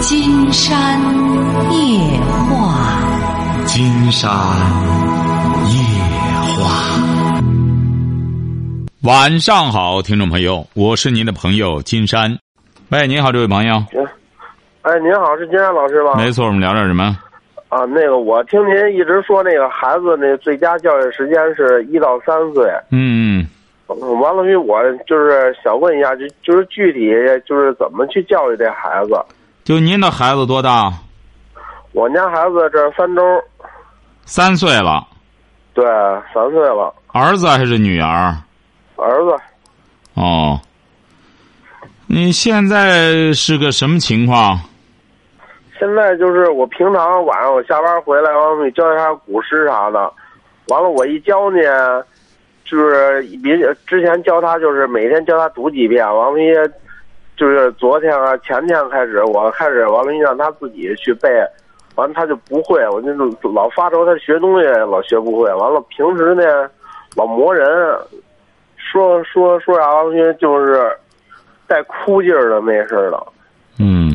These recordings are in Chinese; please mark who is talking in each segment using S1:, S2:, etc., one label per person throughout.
S1: 金山夜话，
S2: 金山夜话。晚上好，听众朋友，我是您的朋友金山。喂，你好，这位朋友。
S3: 哎，您好，是金山老师吧？
S2: 没错，我们聊点什么？
S3: 啊，那个我听您一直说那个孩子那最佳教育时间是一到三岁。
S2: 嗯嗯。
S3: 王老师，我就是想问一下，就就是具体就是怎么去教育这孩子？
S2: 就您的孩子多大？
S3: 我家孩子这三周，
S2: 三岁了。
S3: 对，三岁了。
S2: 儿子还是女儿？
S3: 儿子。
S2: 哦。你现在是个什么情况？
S3: 现在就是我平常晚上我下班回来，完了教一下古诗啥的，完了我一教呢，就是别之前教他就是每天教他读几遍，完了一些就是昨天啊前天开始我开始完了让他自己去背，完了他就不会，我就老发愁他学东西老学不会，完了平时呢老磨人，说说说啥东西就是带哭劲儿的那事儿的，
S2: 嗯。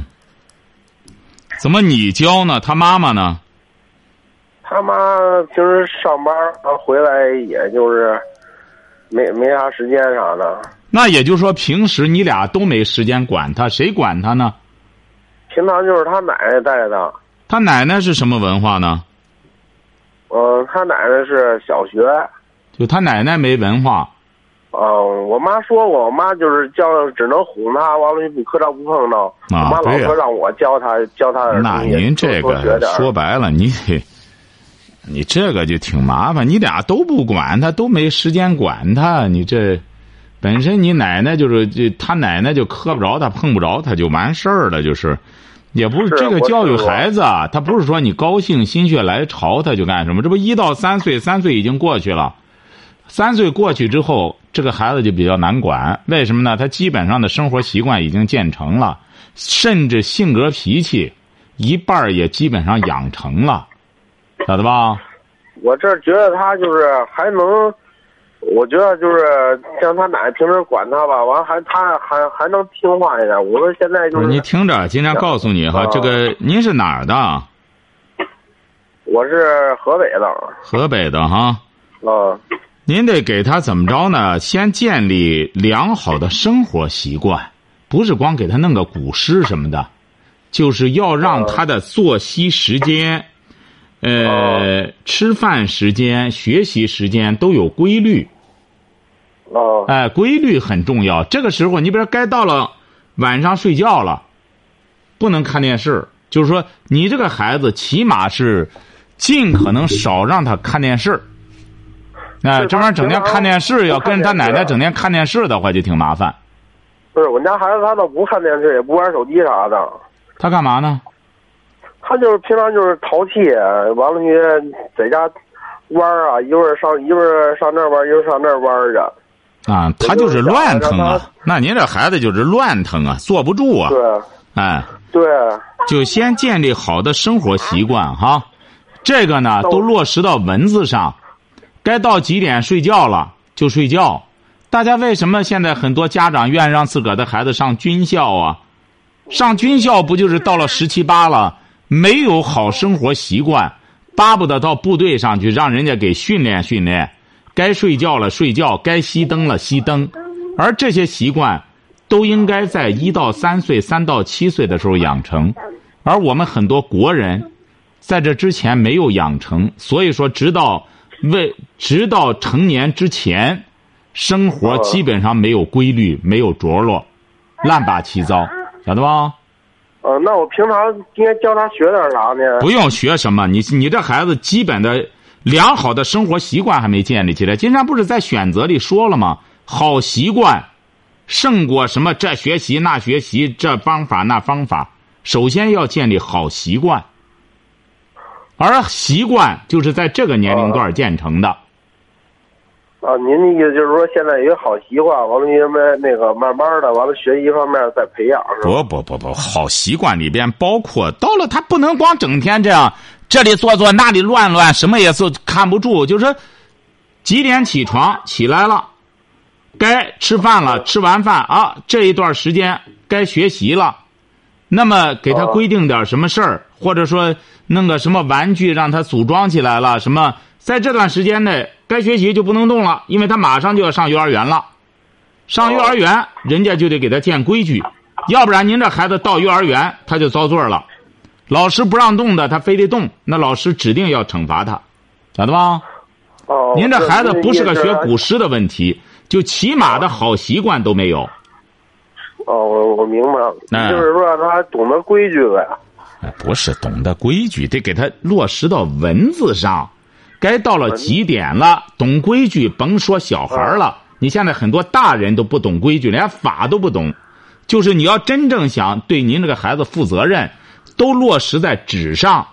S2: 怎么你教呢？他妈妈呢？
S3: 他妈平时上班啊，回来也就是没没啥时间啥的。
S2: 那也就是说，平时你俩都没时间管他，谁管他呢？
S3: 平常就是他奶奶带的。
S2: 他奶奶是什么文化呢？
S3: 嗯、呃，他奶奶是小学。
S2: 就他奶奶没文化。
S3: 嗯、呃，我妈说过，我妈就是教，只能哄他，完了磕着不碰着。
S2: 啊，
S3: 我妈老说让我教他，教他
S2: 那您这个说白了，你得，你这个就挺麻烦。你俩都不管他，都没时间管他。你这，本身你奶奶就是这，他奶奶就磕不着他，碰不着他就完事儿了，就是。也不是这个教育孩子啊，他不是说你高兴心血来潮他就干什么。这不一到三岁，三岁已经过去了，三岁过去之后，这个孩子就比较难管。为什么呢？他基本上的生活习惯已经建成了。甚至性格脾气，一半儿也基本上养成了，晓得吧？
S3: 我这觉得他就是还能，我觉得就是像他奶奶平时管他吧，完还他还还能听话一点。我说现在就是。
S2: 你听着，今天告诉你哈，啊、这个您是哪儿的？
S3: 我是河北的。
S2: 河北的哈。
S3: 啊。
S2: 您得给他怎么着呢？先建立良好的生活习惯。不是光给他弄个古诗什么的，就是要让他的作息时间、呃吃饭时间、学习时间都有规律。
S3: 哦，
S2: 哎，规律很重要。这个时候，你比如该到了晚上睡觉了，不能看电视。就是说，你这个孩子起码是尽可能少让他看电视。哎，这玩意儿整天看电视，要跟着他奶奶整天看电视的话，就挺麻烦。
S3: 不是我们家孩子，他倒不看电视，也不玩手机啥的。
S2: 他干嘛呢？
S3: 他就是平常就是淘气，完了去在家玩啊，一会儿上一会儿上那玩，一会儿上那玩去。
S2: 啊，他就是乱腾啊！那您这孩子就是乱腾啊，坐不住啊。
S3: 对。
S2: 哎。
S3: 对。
S2: 就先建立好的生活习惯哈，这个呢都落实到文字上，该到几点睡觉了就睡觉。大家为什么现在很多家长愿意让自个儿的孩子上军校啊？上军校不就是到了十七八了，没有好生活习惯，巴不得到部队上去让人家给训练训练，该睡觉了睡觉，该熄灯了熄灯。而这些习惯，都应该在一到三岁、三到七岁的时候养成。而我们很多国人，在这之前没有养成，所以说直到为直到成年之前。生活基本上没有规律，没有着落，乱八七糟，晓得吧？
S3: 呃，那我平常应该教他学点啥呢？
S2: 不用学什么，你你这孩子基本的良好的生活习惯还没建立起来。金山不是在选择里说了吗？好习惯胜过什么这学习那学习这方法那方法。首先要建立好习惯，而习惯就是在这个年龄段建成的。
S3: 啊，您的意思就是说，现在有好习惯，完了您们那个慢慢的，完了学习方面再培养。
S2: 不不不不，好习惯里边包括到了，他不能光整天这样，这里做做那里乱乱，什么也是看不住。就是几点起床，起来了，该吃饭了，吃完饭啊，这一段时间该学习了，那么给他规定点什么事儿，或者说弄个什么玩具让他组装起来了，什么在这段时间内该学习就不能动了，因为他马上就要上幼儿园了。上幼儿园，人家就得给他建规矩，要不然您这孩子到幼儿园他就遭罪儿了。老师不让动的，他非得动，那老师指定要惩罚他，晓得吧？
S3: 哦，
S2: 您这孩子不是啊个学古
S3: 古
S2: 诗的问题，就起码的好习惯都没有。
S3: 哦，我我明白了，
S2: 哎
S3: 就是说让他懂得规矩呗。
S2: 哎不是懂得规矩，得给他落实到文字上。该到了几点了，懂规矩，甭说小孩儿了。你现在很多大人都不懂规矩，连法都不懂。就是你要真正想对您这个孩子负责任，都落实在纸上。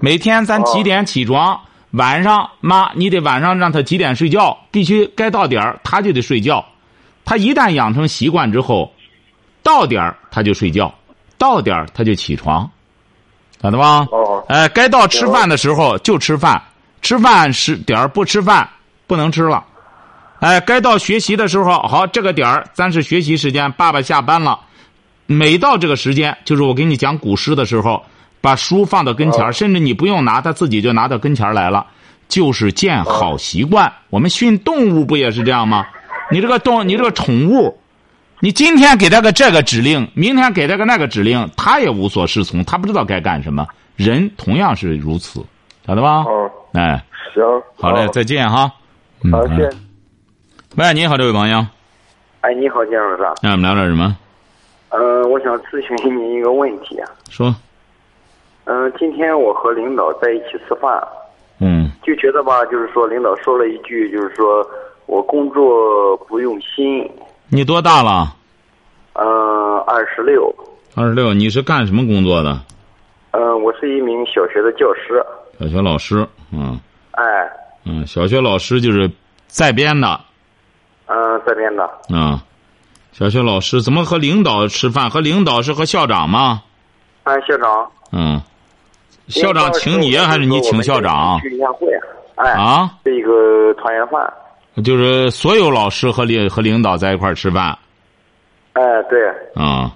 S2: 每天咱几点起床？晚上妈，你得晚上让他几点睡觉？必须该到点儿他就得睡觉。他一旦养成习惯之后，到点儿他就睡觉，到点儿他就起床，晓得吧？
S3: 哦
S2: 哎，该到吃饭的时候就吃饭，吃饭时点儿不吃饭不能吃了。哎，该到学习的时候，好，这个点儿咱是学习时间，爸爸下班了。每到这个时间，就是我给你讲古诗的时候，把书放到跟前
S3: 啊
S2: 儿，甚至你不用拿，他自己就拿到跟前儿来了。就是
S3: 啊
S2: 建好习惯。我们训动物不也是这样吗？你这个动，你这个宠物，你今天给他个这个指令，明天给他个那个指令，他也无所适从，他不知道该干什么。人同样是如此，晓得吧？
S3: 嗯，
S2: 哎，
S3: 行，
S2: 好嘞，
S3: 哦
S2: 再见哈。嗯
S3: 好，谢谢。
S2: 喂，你好，这位朋友，
S4: 哎，你好，金老师。
S2: 让我们聊点什么？
S4: 嗯、我想咨询您一个问题啊。
S2: 说，
S4: 嗯、今天我和领导在一起吃饭，
S2: 嗯
S4: 就觉得吧，就是说领导说了一句，就是说我工作不用心。
S2: 你多大了？
S4: 嗯、二十六。
S2: 二十六，你是干什么工作的？
S4: 嗯，我是一名小学的教师。
S2: 小学老师，嗯
S4: 哎，
S2: 嗯，小学老师就是在编的，
S4: 嗯、这边的。
S2: 啊，小学老师怎么和领导吃饭？和领导是和校长吗？
S4: 哎，校长。
S2: 嗯，校长请你
S4: 领导
S2: 还是你请校长
S4: 说我们这个去一下会。哎。
S2: 啊？
S4: 这个团圆饭。
S2: 就是所有老师和领和领导在一块儿吃饭
S4: 哎，对。
S2: 啊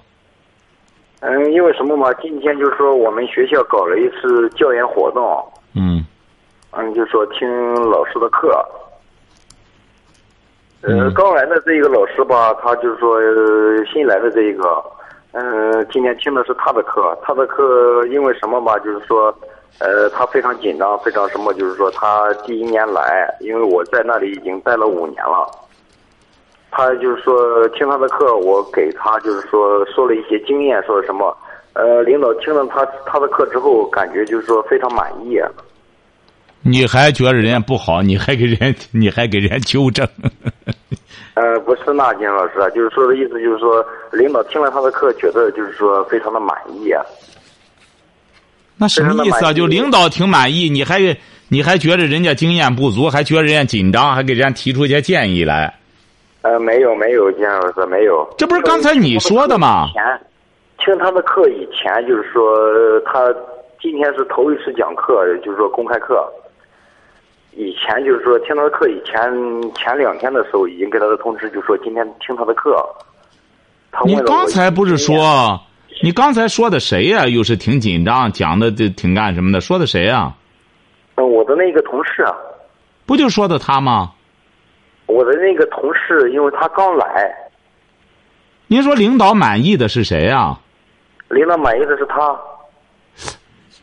S4: 嗯，因为什么嘛？今天就是说我们学校搞了一次教研活动。
S2: 嗯
S4: 嗯，就说听老师的课。呃，
S2: 嗯
S4: 刚来的这一个老师吧，他就是说、呃新来的这一个，嗯、今天听的是他的课，他的课因为什么吧，就是说，呃，他非常紧张，非常什么，就是说他第一年来，因为我在那里已经待了五年了，他就是说听他的课，我给他就是说说了一些经验，说什么，呃，领导听了他他的课之后，感觉就是说非常满意。
S2: 你还觉着人家不好，你还给人 家你还给人家纠正，
S4: 呃，不是那金老师啊，就是说的意思就是说，领导听了他的课，觉得就是说非常的满意啊。
S2: 那什么意思
S4: 非常地
S2: 啊？
S4: 满意
S2: 就领导挺满意，你还你还觉着人家经验不足，还觉着人家紧张，还给人家提出一些建议来，
S4: 呃，没有没有，金老师没有。
S2: 这不是刚才你说的吗
S4: 以？前听他的课以前，就是说呃他今天是头一次讲课，就是说公开课。以前就是说听他的课以前前两天的时候，已经给他的通知，就说今天听他的课。他
S2: 你
S4: 问了我
S2: 刚
S4: 一些
S2: 才不是
S4: 经验
S2: 说，你刚才说的谁呀、又是挺紧张，讲的这挺干什么的？说的谁呀、
S4: 呃我的那个同事啊？
S2: 不就说的他吗？
S4: 我的那个同事，因为他刚来，
S2: 您说领导满意的是谁呀、
S4: 领导满意的是他。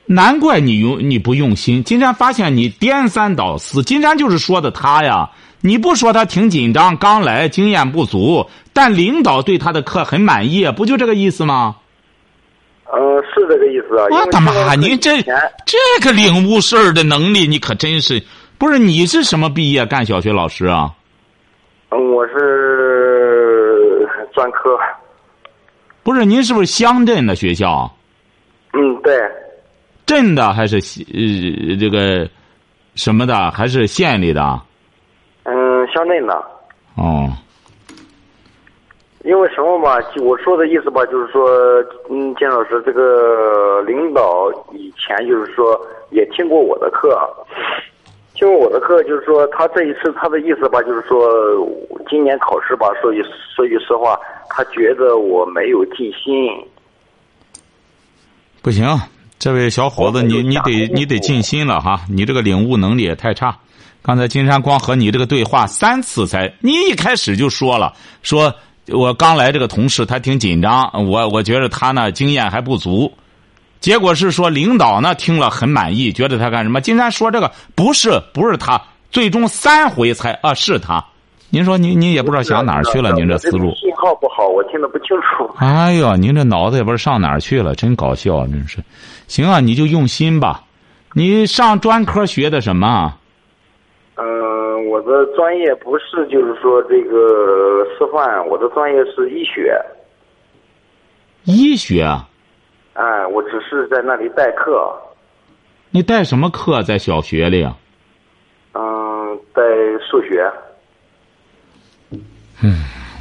S2: 难怪你用你不用心。金山发现你颠三倒四，金山就是说的他呀。你不说他挺紧张，刚来经验不足，但领导对他的课很满意，啊不就这个意思吗？
S4: 嗯，是这个意思啊。因为
S2: 我的
S4: 这个
S2: 妈！
S4: 是
S2: 您这
S4: 以前
S2: 这个领悟事儿的能力，你可真是不是？你是什么毕业干小学老师啊？
S4: 嗯我是专科，
S2: 不是，您是不是乡镇的学校？
S4: 嗯，对，
S2: 镇的还是西呃这个什么的，还是县里的？
S4: 嗯，乡镇的。
S2: 哦，
S4: 因为什么吧？就我说的意思吧，就是说，嗯，金老师这个领导以前就是说也听过我的课，啊听过我的课，就是说他这一次他的意思吧，就是说今年考试吧，说句说句实话，他觉得我没有尽心，
S2: 不行，这位小伙子，
S4: 我
S2: 你
S4: 有
S2: 你
S4: 下
S2: 得
S4: 功
S2: 你得
S4: 夫
S2: 尽心了哈，你这个领悟能力也太差。刚才金山光和你这个对话三次才，你一开始就说了，说我刚来这个同事他挺紧张，我我觉得他呢经验还不足，结果是说领导呢听了很满意，觉得他干什么？金山说这个不是不是他，最终三回才啊是他，您说您您也不知道想哪儿去
S4: 呃
S2: 了，您这思路。
S4: 信号不好，我听得不清楚。
S2: 哎呦，您这脑子也不知道上哪儿去了，真搞笑，啊真是。行啊，你就用心吧。你上专科学的什么啊？
S4: 嗯，我的专业不是就是说这个师范，我的专业是医学。
S2: 医学啊？
S4: 哎，我只是在那里代课，
S2: 你带什么课在小学里啊？
S4: 嗯，带数学。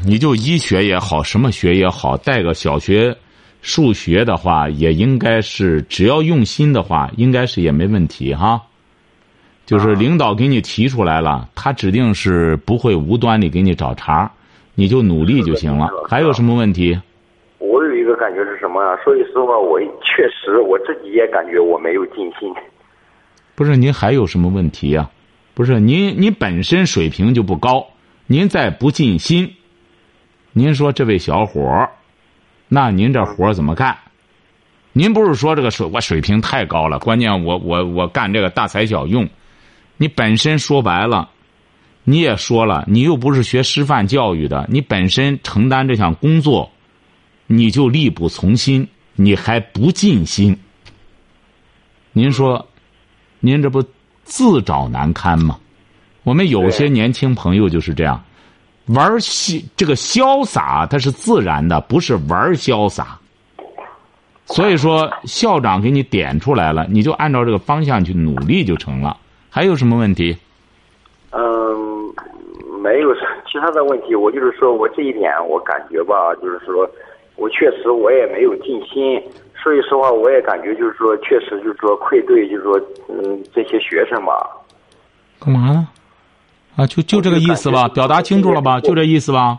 S2: 你就医学也好，什么学也好，带个小学数学的话，也应该是只要用心的话，应该是也没问题哈。
S4: 啊
S2: 就是领导给你提出来了，他指定是不会无端的给你找茬儿，你就努力就行了
S4: 是的是。的
S2: 还有什么问题？
S4: 我有一个感觉是什么啊？说句实话，我确实我自己也感觉我没有尽心。
S2: 不是您还有什么问题呀、啊不是您您本身水平就不高，您再不尽心，您说这位小伙儿，那您这活儿怎么干？您不是说这个水我水平太高了，关键我我我干这个大材小用，你本身说白了，你也说了，你又不是学师范教育的，你本身承担这项工作，你就力不从心，你还不尽心。您说，您这不自找难堪吗？我们有些
S4: 对
S2: 年轻朋友就是这样，玩儿潇这个潇洒，它是自然的，不是玩儿潇洒。所以说，校长给你点出来了，你就按照这个方向去努力就成了。还有什么问题？
S4: 嗯，没有其他的问题，我就是说我这一点我感觉吧，就是说我确实我也没有尽心。说句实话，我也感觉就是说，确实就是说愧对，就是说，嗯，这些学生吧。
S2: 干嘛呢？啊，就就这个意思吧，
S4: 我就感觉
S2: 表达清楚了吧？就这意思吧？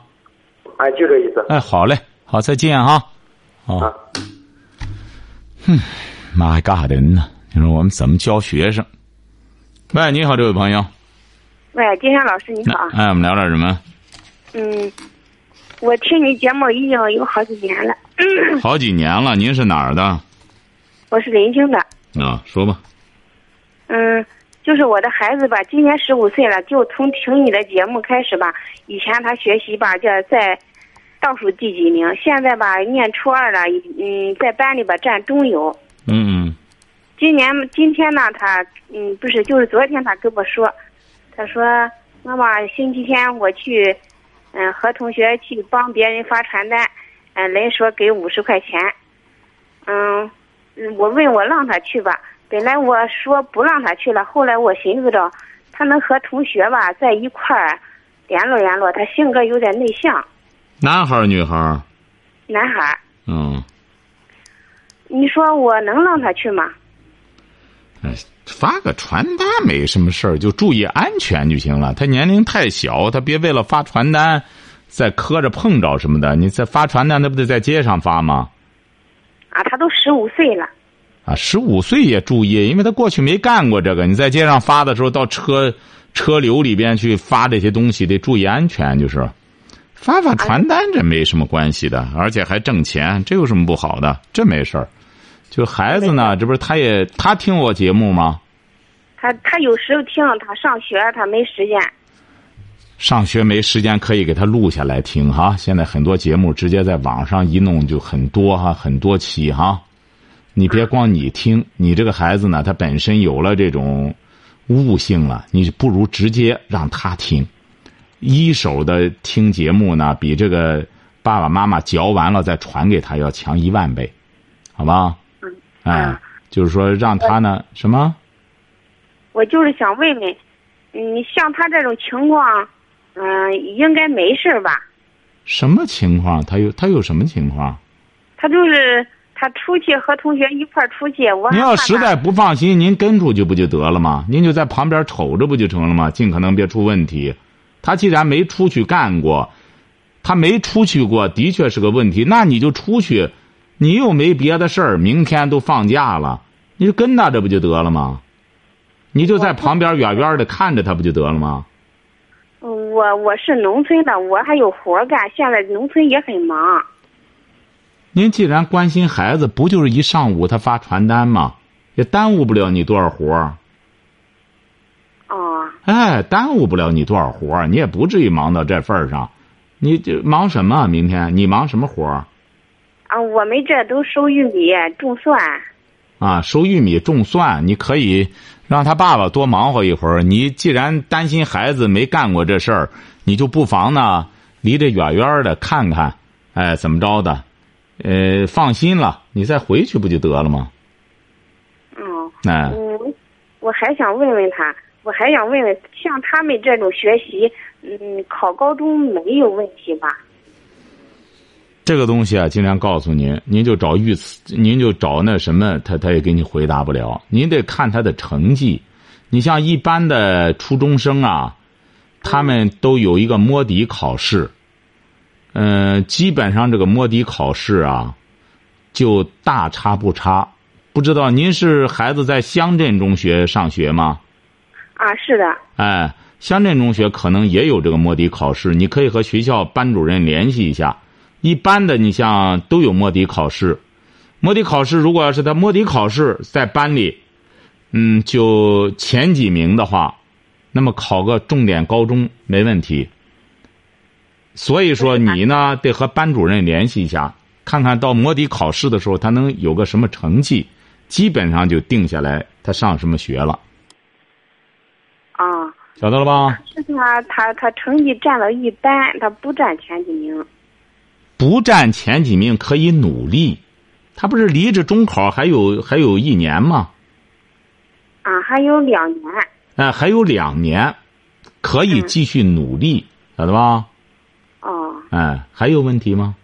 S4: 哎，就这意思。
S2: 哎，好嘞，好，再见啊！
S4: 啊
S2: 哦，妈还尬人呢！你说我们怎么教学生？喂，你好，这位朋友，
S5: 喂，金山老师你
S2: 那
S5: 好，
S2: 哎，我们聊点什么？
S5: 嗯，我听你节目已经有好几年了，
S2: 好几年了，您是哪儿的？
S5: 我是临清的，
S2: 啊，说吧。
S5: 嗯，就是我的孩子吧，今年十五岁了，就从听你的节目开始吧，以前他学习吧，这在倒数第几名，现在吧念初二了，嗯，在班里吧占中游。
S2: 嗯嗯，
S5: 今年今天呢，他嗯不是，就是昨天他跟我说，他说妈妈，星期天我去，嗯、和同学去帮别人发传单，嗯、人说给五十块钱，嗯，嗯我问我让他去吧，本来我说不让他去了，后来我寻思着，他能和同学吧在一块儿联络联络，他性格有点内向，
S2: 男孩儿女孩儿？
S5: 男孩儿，
S2: 嗯，
S5: 你说我能让他去吗？
S2: 哎，发个传单没什么事儿，就注意安全就行了。他年龄太小，他别为了发传单，再磕着碰着什么的。你再发传单，那不得在街上发吗？
S5: 啊，他都十五岁了。
S2: 啊，十五岁也注意，因为他过去没干过这个。你在街上发的时候，到车车流里边去发这些东西，得注意安全，就是。发发传单这没什么关系的，而且还挣钱，这有什么不好的？这没事儿。就孩子呢，这不是他也他听我节目吗？
S5: 他他有时候听他上学，他没时间。
S2: 上学没时间可以给他录下来听哈。现在很多节目直接在网上一弄就很多哈，很多期哈。你别光你听，你这个孩子呢，他本身有了这种悟性了，你不如直接让他听。一手的听节目呢，比这个爸爸妈妈嚼完了再传给他要强一万倍，好吧？哎，就是说让他呢什么？
S5: 我就是想问问，嗯，像他这种情况，嗯、应该没事儿吧？
S2: 什么情况？他有他有什么情况？
S5: 他就是他出去和同学一块儿出去，我还
S2: 您要
S5: 怕
S2: 实
S5: 他
S2: 在不放心，您跟出去不就得了吗？您就在旁边瞅着不就成了吗？尽可能别出问题。他既然没出去干过，他没出去过，的确是个问题。那你就出去，你又没别的事儿，明天都放假了，你就跟他这不就得了吗？你就在旁边远远的看着他不就得了吗？
S5: 我我是农村的，我还有活儿干，现在农村也很忙。
S2: 您既然关心孩子，不就是一上午他发传单吗？也耽误不了你多少活儿。
S5: 哦，
S2: 哎，耽误不了你多少活儿，你也不至于忙到这份儿上。你这忙什么啊？明天你忙什么活儿
S5: 啊，我们这都收玉米、种蒜。
S2: 啊？收玉米、种蒜，你可以让他爸爸多忙活一会儿。你既然担心孩子没干过这事儿，你就不妨呢离着远远的看看，哎，怎么着的？呃，放心了，你再回去不就得了吗？
S5: 嗯，
S2: 哎，
S5: 我我还想问问他，我还想问问，像他们这种学习，嗯，考高中没有问题吧？
S2: 这个东西啊，尽量告诉您，您就找预测，您就找那什么，他他也给你回答不了。您得看他的成绩。你像一般的初中生啊，他们都有一个摸底考试。嗯、基本上这个摸底考试啊，就大差不差。不知道您是孩子在乡镇中学上学吗？
S5: 啊，是的。
S2: 哎，乡镇中学可能也有这个摸底考试，你可以和学校班主任联系一下。一般的，你像都有摸底考试，摸底考试如果要是他摸底考试在班里，嗯，就前几名的话，那么考个重点高中没问题。所以说你呢，得和班主任联系一下，看看到摸底考试的时候他能有个什么成绩，基本上就定下来他上什么学了，
S5: 啊，
S2: 晓得了吧？
S5: 是他他他成绩占了一般，他不占前几名。
S2: 不占前几名可以努力，他不是离着中考还有还有一年吗？
S5: 啊，还有两年。
S2: 哎、还有两年，可以
S5: 嗯
S2: 继续努力，晓得吧？
S5: 哦，
S2: 哎、还有问题吗？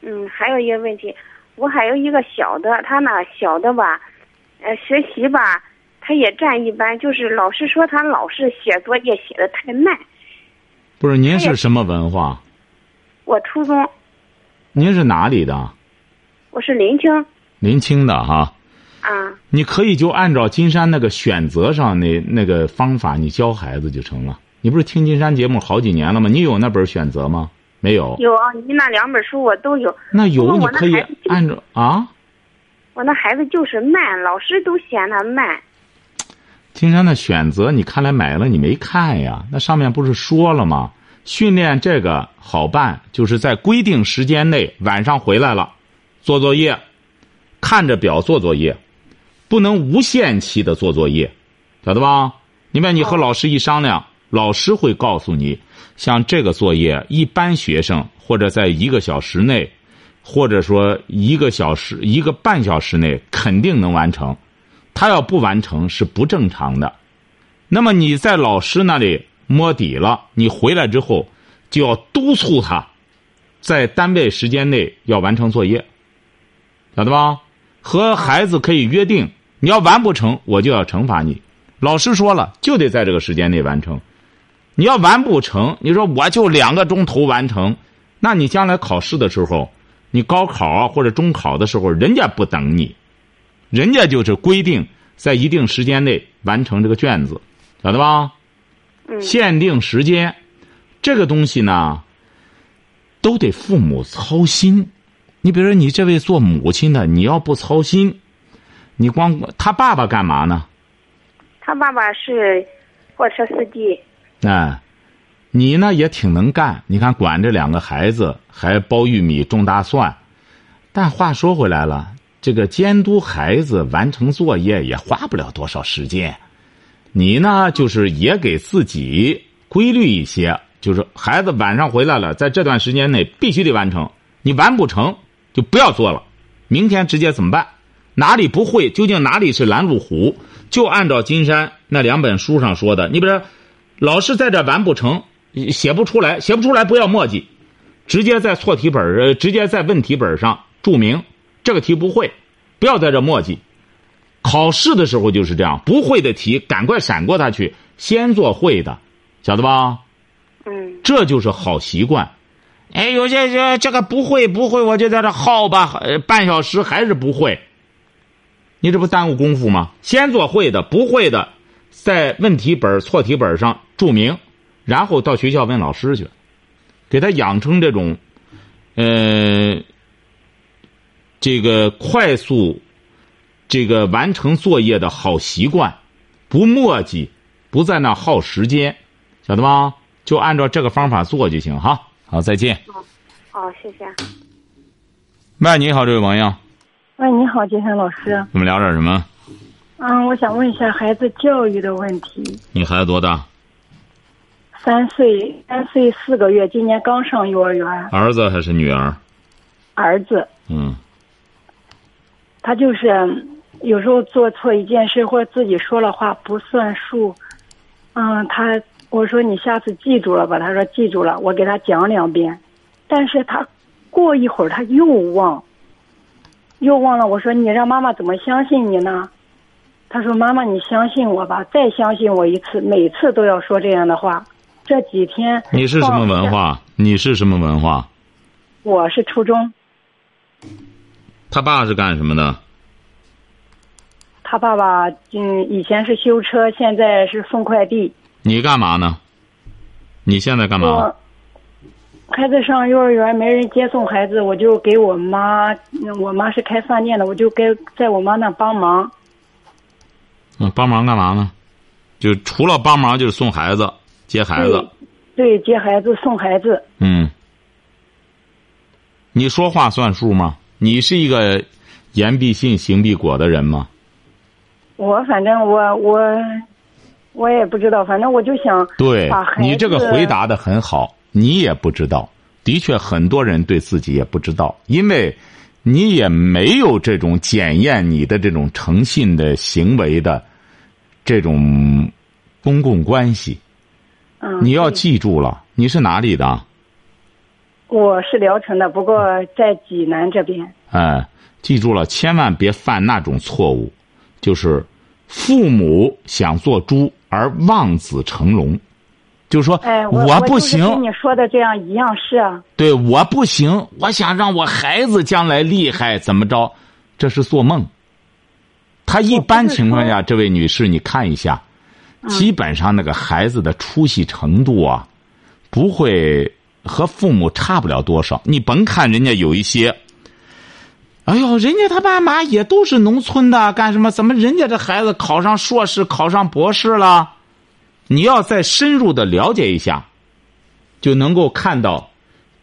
S5: 嗯，还有一个问题，我还有一个小的，他那小的吧，呃，学习吧，他也占一般，就是老师说他老是写作业写的太慢。
S2: 不是，您
S5: 哎
S2: 是
S5: 呀
S2: 什么文化？
S5: 我初中
S2: 您是哪里的？
S5: 我是临清
S2: 临清的哈、
S5: 啊，
S2: 你可以就按照金山那个选择上那那个方法，你教孩子就成了。你不是听金山节目好几年了吗？你有那本选择吗？没有。
S5: 有啊，你那两本书我都有。
S2: 那有，
S5: 不
S2: 你
S5: 过我那
S2: 可以
S5: 孩子就
S2: 按照啊。
S5: 我那孩子就是慢，老师都嫌他慢。
S2: 金山的选择，你看来买了你没看呀？那上面不是说了吗？训练这个好办，就是在规定时间内，晚上回来了，做作业，看着表做作业，不能无限期的做作业，晓得吧？另外，你和老师一商量，老师会告诉你，像这个作业，一般学生或者在一个小时内，或者说一个小时、一个半小时内肯定能完成。他要不完成是不正常的。那么你在老师那里摸底了，你回来之后就要督促他，在单位时间内要完成作业，晓得吧？和孩子可以约定，你要完不成，我就要惩罚你。老师说了，就得在这个时间内完成。你要完不成，你说我就两个钟头完成，那你将来考试的时候，你高考啊或者中考的时候，人家不等你，人家就是规定在一定时间内完成这个卷子，晓得吧？
S5: 嗯
S2: 限定时间，这个东西呢，都得父母操心。你比如说，你这位做母亲的，你要不操心，你光他爸爸干嘛呢？
S5: 他爸爸是货车司机。
S2: 哎，你呢也挺能干，你看管这两个孩子，还包玉米、种大蒜。但话说回来了，这个监督孩子完成作业也花不了多少时间。你呢，就是也给自己规律一些，就是孩子晚上回来了，在这段时间内必须得完成，你完不成就不要做了，明天直接怎么办？哪里不会，究竟哪里是拦路虎？就按照金山那两本书上说的，你比如说老师在这完不成，写不出来，写不出来不要墨迹，直接在错题本儿呃，直接在问题本上注明这个题不会，不要在这墨迹。考试的时候就是这样，不会的题赶快闪过它去，先做会的，晓得吧？
S5: 嗯
S2: 这就是好习惯。哎，有些这这个不会不会，我就在这耗吧，呃半小时还是不会。你这不耽误功夫吗？先做会的，不会的，在问题本儿、错题本儿上注明，然后到学校问老师去，给他养成这种，呃，这个快速，这个完成作业的好习惯，不墨迹，不在那耗时间，晓得吗？就按照这个方法做就行哈。好，再见。
S5: 哦，谢谢啊。
S2: 喂，你好，这位朋友，
S6: 喂，你好，金山老师。
S2: 我们聊点什么？
S6: 嗯，我想问一下孩子教育的问题。
S2: 你孩子多大？
S6: 三岁，三岁四个月，今年刚上幼儿园。
S2: 儿子还是女儿？
S6: 儿子，
S2: 嗯。
S6: 他就是嗯有时候做错一件事，或者自己说了话不算数。嗯，他我说你下次记住了吧，他说记住了，我给他讲两遍，但是他过一会儿他又忘，又忘了。我说你让妈妈怎么相信你呢？他说妈妈你相信我吧，再相信我一次，每次都要说这样的话。这几天
S2: 你是什么文？化？你是什么文化？
S6: 我是初中，
S2: 他爸是干什么的？
S6: 他爸爸嗯以前是修车，现在是送快递。
S2: 你干嘛呢？你现在干嘛
S6: 我？孩子上幼儿园没人接送孩子，我就给我妈，嗯我妈是开饭店的，我就给在我妈那帮忙。
S2: 嗯帮忙干嘛呢？就除了帮忙就是送孩子、接孩子。
S6: 对，对，接孩子送孩子，
S2: 嗯。你说话算数吗？你是一个言必信、行必果的人吗？
S6: 我反正我我我也不知道，反正我就想
S2: 对
S6: 把孩子
S2: 你这个回答的很好，你也不知道，的确很多人对自己也不知道，因为你也没有这种检验你的这种诚信的行为的这种公共关系。
S6: 嗯，
S2: 你要记住了，你是哪里的啊？
S6: 我是聊城的，不过在济南这边。
S2: 哎，记住了，千万别犯那种错误，就是父母想做猪而望子成龙，就是说、
S6: 哎，我
S2: 不行，
S6: 我就是跟你说的这样一样是啊，
S2: 对我不行，我想让我孩子将来厉害，怎么着？这是做梦。他一般情况下，这位女士，你看一下，基本上那个孩子的出息程度啊，不会和父母差不了多少。你甭看人家有一些，哎呦，人家他爸妈也都是农村的，干什么？怎么人家这孩子考上硕士，考上博士了？你要再深入的了解一下，就能够看到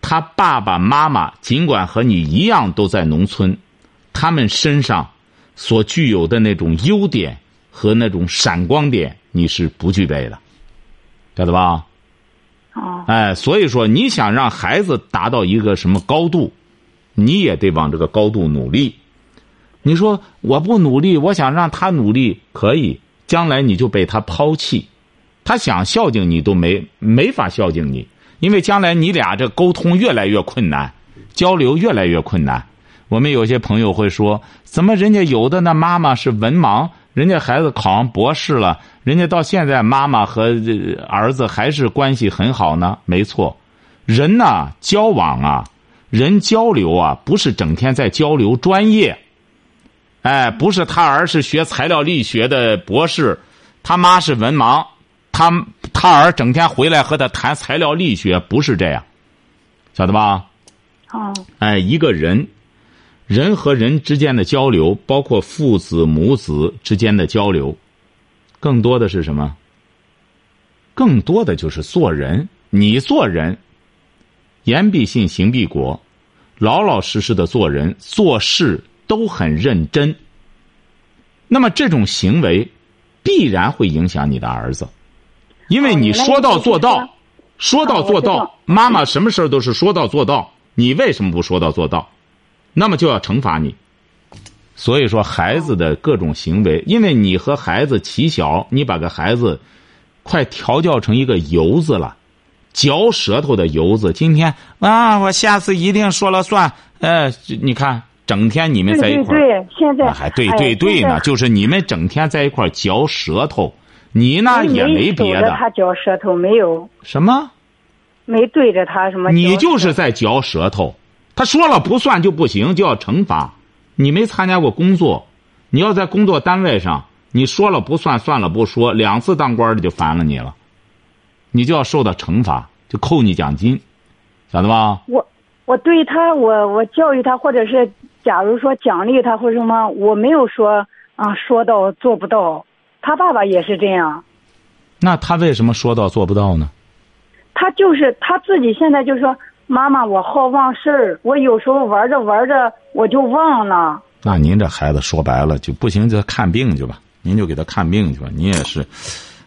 S2: 他爸爸妈妈尽管和你一样都在农村，他们身上所具有的那种优点和那种闪光点，你是不具备的，晓得吧？
S6: 哦，
S2: 哎，所以说你想让孩子达到一个什么高度，你也得往这个高度努力。你说我不努力，我想让他努力，可以，将来你就被他抛弃，他想孝敬你都没没法孝敬你，因为将来你俩这沟通越来越困难，交流越来越困难。我们有些朋友会说，怎么人家有的那妈妈是文盲，人家孩子考上博士了，人家到现在妈妈和呃儿子还是关系很好呢？没错，人呐、交往啊，人交流啊，不是整天在交流专业，哎，不是他儿是学材料力学的博士，他妈是文盲，他他儿整天回来和他谈材料力学，不是这样，晓得吧？
S6: 哦，
S2: 哎，一个人，人和人之间的交流，包括父子母子之间的交流，更多的是什么？更多的就是做人。你做人，言必信，行必果，老老实实的做人，做事都很认真。那么这种行为，必然会影响你的儿子，因为
S6: 哦
S2: 你
S6: 原来
S2: 说到
S6: 你是
S2: 做到。
S6: 说
S2: 说到
S6: 啊
S2: 做
S6: 我知道
S2: 到，妈妈什么事儿都是说到做到，你为什么不说到做到？那么就要惩罚你。所以说，孩子的各种行为，因为你和孩子起小，你把个孩子快调教成一个油子了，嚼舌头的油子。今天啊，我下次一定说了算。呃，你看，整天你们
S6: 对
S2: 在一
S6: 对
S2: 块儿，
S6: 对，现在
S2: 啊还对
S6: 哎
S2: 对对
S6: 现在
S2: 呢，就是你们整天在一块儿嚼舌头，你呢也
S6: 没
S2: 没别
S6: 守着
S2: 的
S6: 他嚼舌头没有。
S2: 什么。
S6: 没对着他什么。
S2: 你就是在嚼舌头，他说了不算就不行，就要惩罚。你没参加过工作，你要在工作单位上，你说了不算，算了不说，两次当官的就烦了你了，你就要受到惩罚，就扣你奖金，晓得吧？
S6: 我我对他，我我教育他，或者是假如说奖励他或者什么，我没有说啊说到做不到。他爸爸也是这样，
S2: 那他为什么说到做不到呢？
S6: 他就是他自己现在就说妈妈，我好忘事儿，我有时候玩着玩着我就忘了。
S2: 那您这孩子说白了就不行，就看病去吧，您就给他看病去吧。你也是，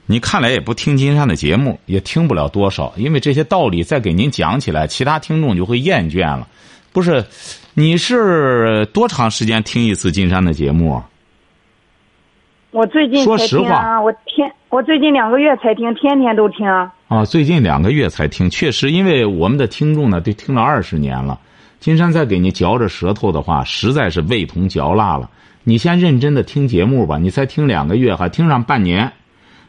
S2: 你看来也不听金山的节目，也听不了多少，因为这些道理再给您讲起来，其他听众就会厌倦了。不是，你是多长时间听一次金山的节目啊？
S6: 我最近
S2: 说
S6: 才
S2: 实
S6: 听啊，
S2: 话
S6: 我天，我最近两个月才听，天天都听啊。
S2: 啊，最近两个月才听，确实，因为我们的听众呢，都听了二十年了。金山再给你嚼着舌头的话，实在是味同嚼蜡了。你先认真的听节目吧，你才听两个月，还听上半年。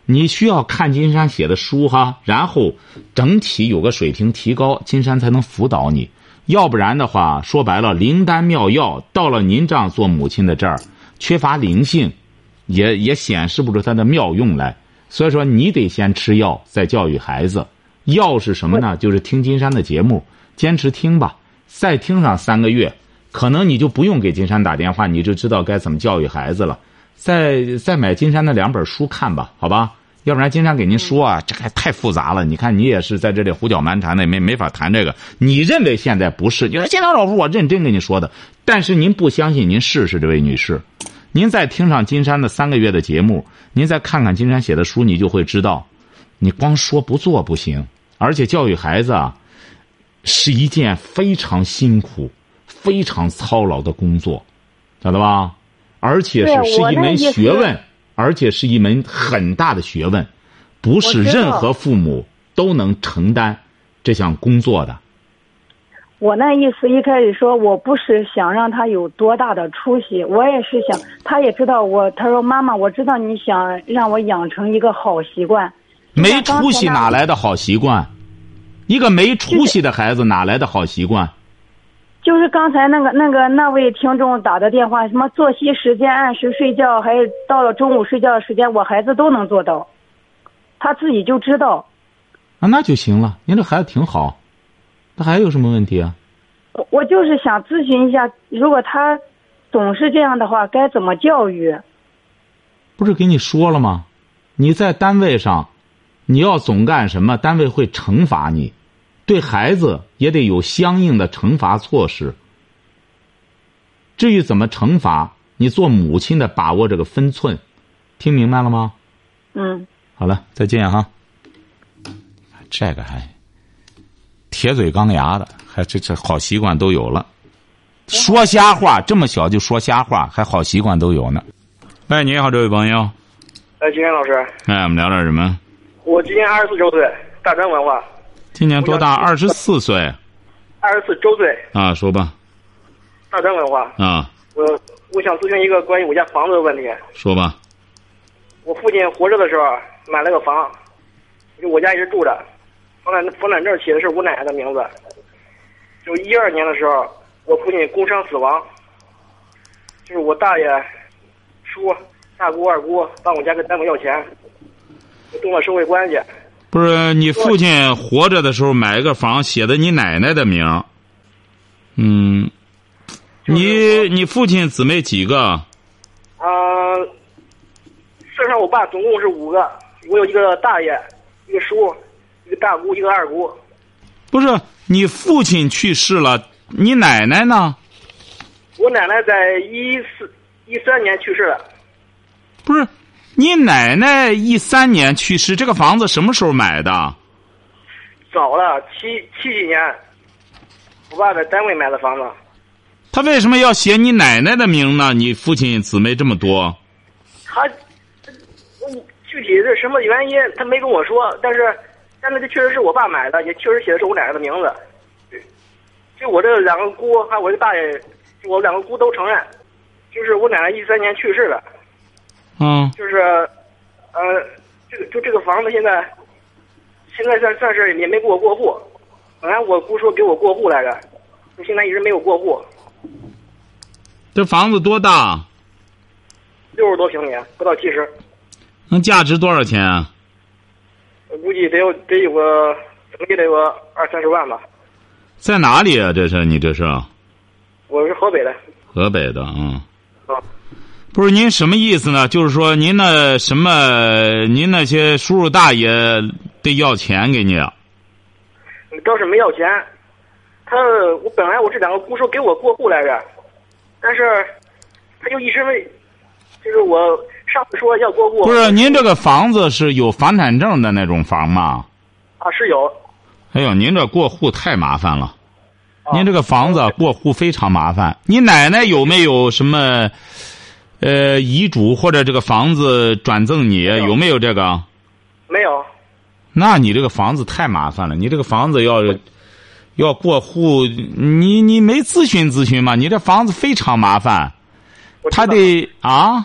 S2: 你需要看金山写的书哈，然后整体有个水平提高，金山才能辅导你。要不然的话，说白了，灵丹妙药到了您这样做母亲的这儿，缺乏灵性，也也显示不出它的妙用来。所以说，你得先吃药，再教育孩子。药是什么呢？就是听金山的节目，坚持听吧，再听上三个月，可能你就不用给金山打电话，你就知道该怎么教育孩子了。再再买金山的两本书看吧，好吧？要不然金山给您说啊，这还太复杂了。你看你也是在这里胡搅蛮缠的，也没没法谈这个。你认为现在不是？你说金山老师，我认真跟你说的，但是您不相信，您试试这位女士。您再听上金山的三个月的节目，您再看看金山写的书，你就会知道，你光说不做不行。而且教育孩子啊，是一件非常辛苦、非常操劳的工作，晓得吧？而且
S6: 对
S2: 是
S6: 我
S2: 是一
S6: 那
S2: 门
S6: 意思
S2: 学问，而且是一门很大的学问，不是
S6: 我知道
S2: 任何父母都能承担这项工作的。
S6: 我那意思一开始说，我不是想让他有多大的出息，我也是想，他也知道我。他说妈妈，我知道你想让我养成一个好习惯，
S2: 没出息哪来的好习惯？一个没出
S6: 是
S2: 息的孩子哪来的好习惯？
S6: 就是刚才那个那个那位听众打的电话，什么作息时间按时睡觉，还有到了中午睡觉的时间，我孩子都能做到，他自己就知道。
S2: 啊，那就行了。您这孩子挺好，他还有什么问题啊？
S6: 我我就是想咨询一下，如果他总是这样的话，该怎么教育？
S2: 不是给你说了吗？你在单位上，你要总干什么，单位会惩罚你，对孩子也得有相应的惩罚措施。至于怎么惩罚，你做母亲的把握这个分寸，听明白了吗？
S6: 嗯，
S2: 好了，再见哈。这个还铁嘴钢牙的，还这这好习惯都有了。说瞎话，这么小就说瞎话，还好习惯都有呢。喂，哎你好，这位朋友，
S7: 呃，金山老师，
S2: 哎，我们聊点什么？
S7: 我今年二十四周岁，大专文化，
S2: 今年多大？二十四岁
S7: 二十四周岁，
S2: 啊，说吧
S7: 大专文化。
S2: 啊，
S7: 我我想咨询一个关于我家房子的问题。
S2: 说吧
S7: 我父亲活着的时候买了个房，就我家一直住着，房产房产证写的是我奶奶的名字。就一二年的时候，我父亲工伤死亡，就是我大爷、叔、大姑、二姑帮我家跟单位要钱，就动了社会关系。
S2: 不是你父亲活着的时候买一个房，写的你奶奶的名儿。嗯，
S7: 就是
S2: 你你父亲姊妹几个？
S7: 啊，算上我爸总共是五个，我有一个大爷，一个叔，一个大姑，一个二姑。
S2: 不是你父亲去世了，你奶奶呢？
S7: 我奶奶在一四一三年去世的，
S2: 不是，你奶奶一三年去世，这个房子什么时候买的？
S7: 早了七七几年。我爸在单位买的房子，
S2: 他为什么要写你奶奶的名呢？你父亲姊妹这么多，
S7: 他我具体是什么原因他没跟我说，但是但是这确实是我爸买的，也确实写的是我奶奶的名字。就我这两个姑还有我这大爷，就我两个姑都承认，就是我奶奶一三年去世的。
S2: 嗯，
S7: 就是，呃，这个就这个房子现在，现在算算是也没给我过户，本来我姑说给我过户来着，就现在一直没有过户，
S2: 这房子多大？
S7: 六十多平米，不到七十，
S2: 能价值多少钱啊？
S7: 我估计得有得有个怎么也得有个二三十万吧。
S2: 在哪里啊？这是你这是
S7: 我是河北的，
S2: 河北的啊？嗯
S7: 啊，
S2: 不是您什么意思呢？就是说您那什么，您那些叔叔大爷得要钱给你啊？
S7: 倒是没要钱。他我本来我这两个姑说给我过户来着，但是他就一直没，就是我上次说要过户，
S2: 不是您这个房子是有房产证的那种房吗？
S7: 啊是有，
S2: 哎呦，您这过户太麻烦了。
S7: 啊
S2: 您这个房子过户非常麻烦。你奶奶有没有什么，呃，遗嘱或者这个房子转赠你？有没有这个？
S7: 没有，
S2: 那你这个房子太麻烦了。你这个房子要要过户，你你没咨询咨询吗？你这房子非常麻烦，
S7: 我知
S2: 他
S7: 道
S2: 得啊，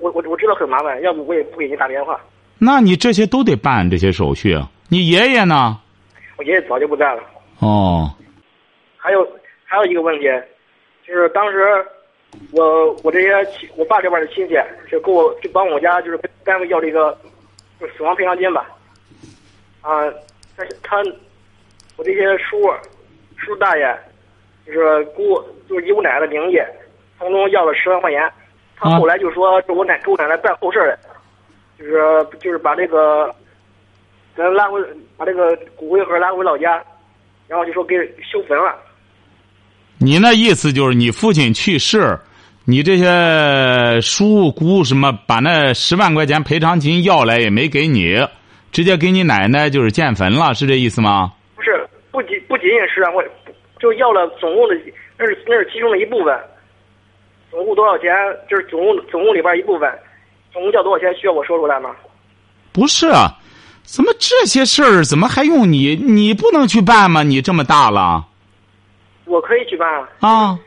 S7: 我我我知道很麻烦，要不我也不给您打电话。
S2: 那你这些都得办这些手续。啊你爷爷呢？
S7: 我爷爷早就不在了。
S2: 哦，
S7: 还有还有一个问题，就是当时我我这些亲我爸这边的亲戚就跟我就帮我家就是跟单位要这个就是死亡赔偿金吧，啊，但是他我这些叔叔大爷就是姑就是姨姑奶奶的名义，从中要了十万块钱，他
S2: 啊
S7: 后来就说是我奶给我奶奶办后事儿，就是就是把这个咱拉回把这个骨灰盒拉回老家，然后就说给修坟了。
S2: 你那意思就是你父亲去世，你这些叔姑什么把那十万块钱赔偿金要来也没给你，直接给你奶奶就是建坟了，是这意思吗？
S7: 不是，不仅不仅仅是啊，我就要了总共的，那是那是其中的一部分，总共多少钱？就是总共总共里边一部分，总共要多少钱？需要我说出来吗？
S2: 不是，啊，怎么这些事儿怎么还用你？你不能去办吗？你这么大了
S7: 我可以去办啊，
S2: 啊？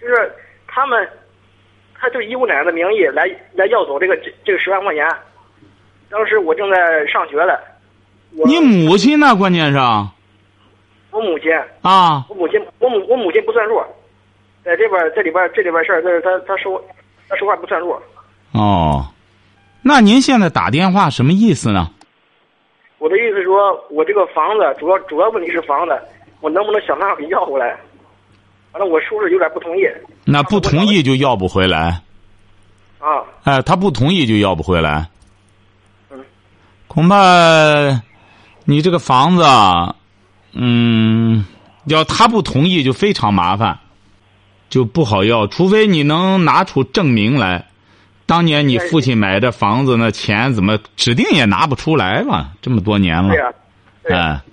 S7: 就是他们，他就以我奶奶的名义来来要走这个这这个十万块钱，当时我正在上学了，我
S2: 你母亲呢？关键是啊
S7: 我母亲，
S2: 啊
S7: 我母亲我母我母亲不算数，在这边这里边这里边事儿，这是他他说他说话不算数。
S2: 哦，那您现在打电话什么意思呢？
S7: 我的意思说，我这个房子主要主要问题是房子，我能不能想办法给要回来？完了，我叔叔有点不同意
S2: 那不同意就要不回来。
S7: 啊。
S2: 哎，他不同意就要不回来
S7: 嗯。
S2: 恐怕你这个房子啊，嗯，要他不同意就非常麻烦，就不好要。除非你能拿出证明来，当年你父亲买这房子那钱怎么指定也拿不出来吧？这么多年了
S7: 对，呀、对呀
S2: 哎，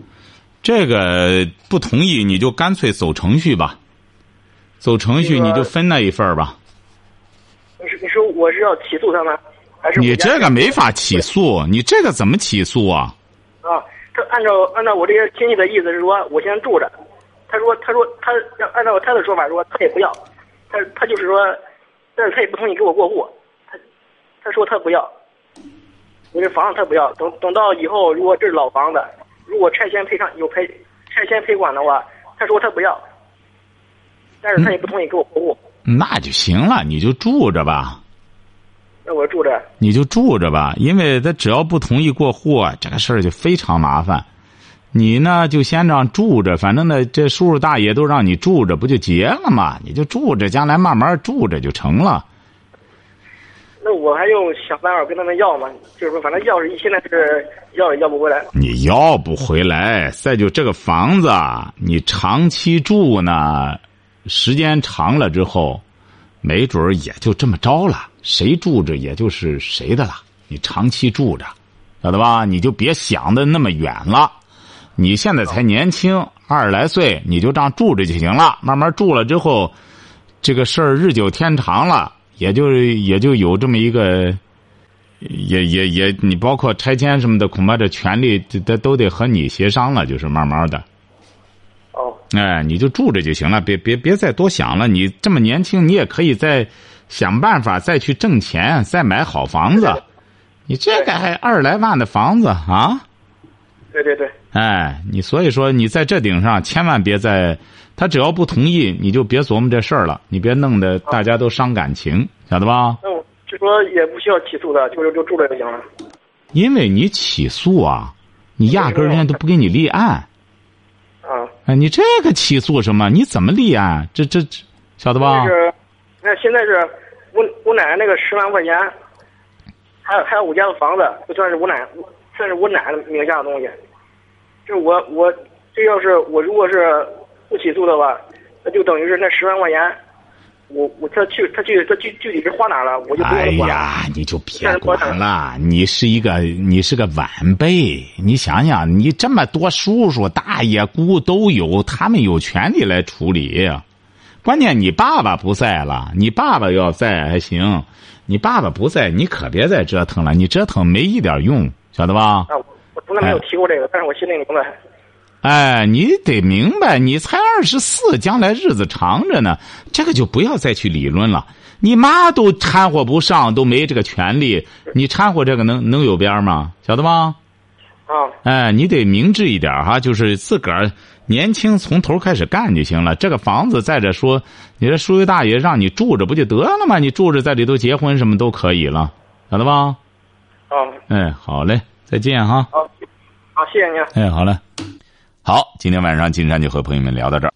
S2: 这个不同意你就干脆走程序吧，走程序
S7: 那个
S2: 你就分那一份儿吧。
S7: 你说你说我是要起诉他们，还是我
S2: 你
S7: 家
S2: 这个没法起诉，你这个怎么起诉啊？
S7: 啊？他按照按照我这些亲戚的意思是说，我先住着。他说他说他按照他的说法说，他也不要，他他就是说，但是他也不同意给我过户，他他说他不要，我这房子他不要，等等到以后如果这是老房子，如果拆迁赔偿有赔拆迁赔款的话，他说他不要，但是他也不同意给我过户，
S2: 那就行了，你就住着吧，
S7: 那我住着，
S2: 你就住着吧，因为他只要不同意过户，啊，这个事儿就非常麻烦。你呢，就先让住着，反正呢，这叔叔大爷都让你住着，不就结了吗？你就住着，将来慢慢住着就成了。
S7: 那我还用想办法跟他们要吗？就是说反正要是现在是要也要不回来。
S2: 你要不回来，再就这个房子啊，你长期住呢，时间长了之后，没准儿也就这么着了。谁住着也就是谁的了。你长期住着，晓得吧？你就别想的那么远了。你现在才年轻，二十来岁，你就这样住着就行了。慢慢住了之后，这个事儿日久天长了，也就也就有这么一个也也也，你包括拆迁什么的，恐怕这权利这这都得和你协商了，就是慢慢的，
S7: 哦，
S2: 哎，你就住着就行了，别别别再多想了。你这么年轻，你也可以再想办法再去挣钱，再买好房子。你这个还二十来万的房子啊？
S7: 对对对，
S2: 哎，你所以说你在这顶上千万别在，他只要不同意，你就别琢磨这事儿了，你别弄得大家都伤感情，晓得吧？
S7: 那我就说也不需要起诉的，就就就住着就行了。
S2: 因为你起诉啊，你压根儿人家都不给你立案，
S7: 啊，
S2: 哎，你这个起诉什么？你怎么立案？这这，这晓得吧
S7: 就？是那现在是我我奶奶那个十万块钱，还有还有我家的房子，就算是我奶算是我奶奶名下的东西。就是我我这要是我如果是不起诉的话，那就等于是那十万块钱，我我他去他去他具具体是花哪儿了，我就不
S2: 哎
S7: 用管了。
S2: 呀，你就别管了，你是一个你是个晚辈，你想想，你这么多叔叔、大爷、姑都有，他们有权利来处理。关键你爸爸不在了，你爸爸要在还行，你爸爸不在，你可别再折腾了，你折腾没一点用，晓得吧？
S7: 啊，我我从来没有提过这个，但是我心里明白。
S2: 哎，你得明白，你才二十四，将来日子长着呢，这个就不要再去理论了。你妈都掺和不上，都没这个权利，你掺和这个能能有边儿吗？晓得吗？
S7: 啊，
S2: 哎，你得明智一点儿哈，就是自个儿年轻从头开始干就行了。这个房子再者说，你这叔叔大爷让你住着不就得了吗？你住着在里头结婚什么都可以了，晓得吧？
S7: 啊，
S2: 哎，好嘞，再见哈。
S7: 好，好，谢谢您。啊
S2: 哎，好嘞。好，今天晚上金山就和朋友们聊到这儿。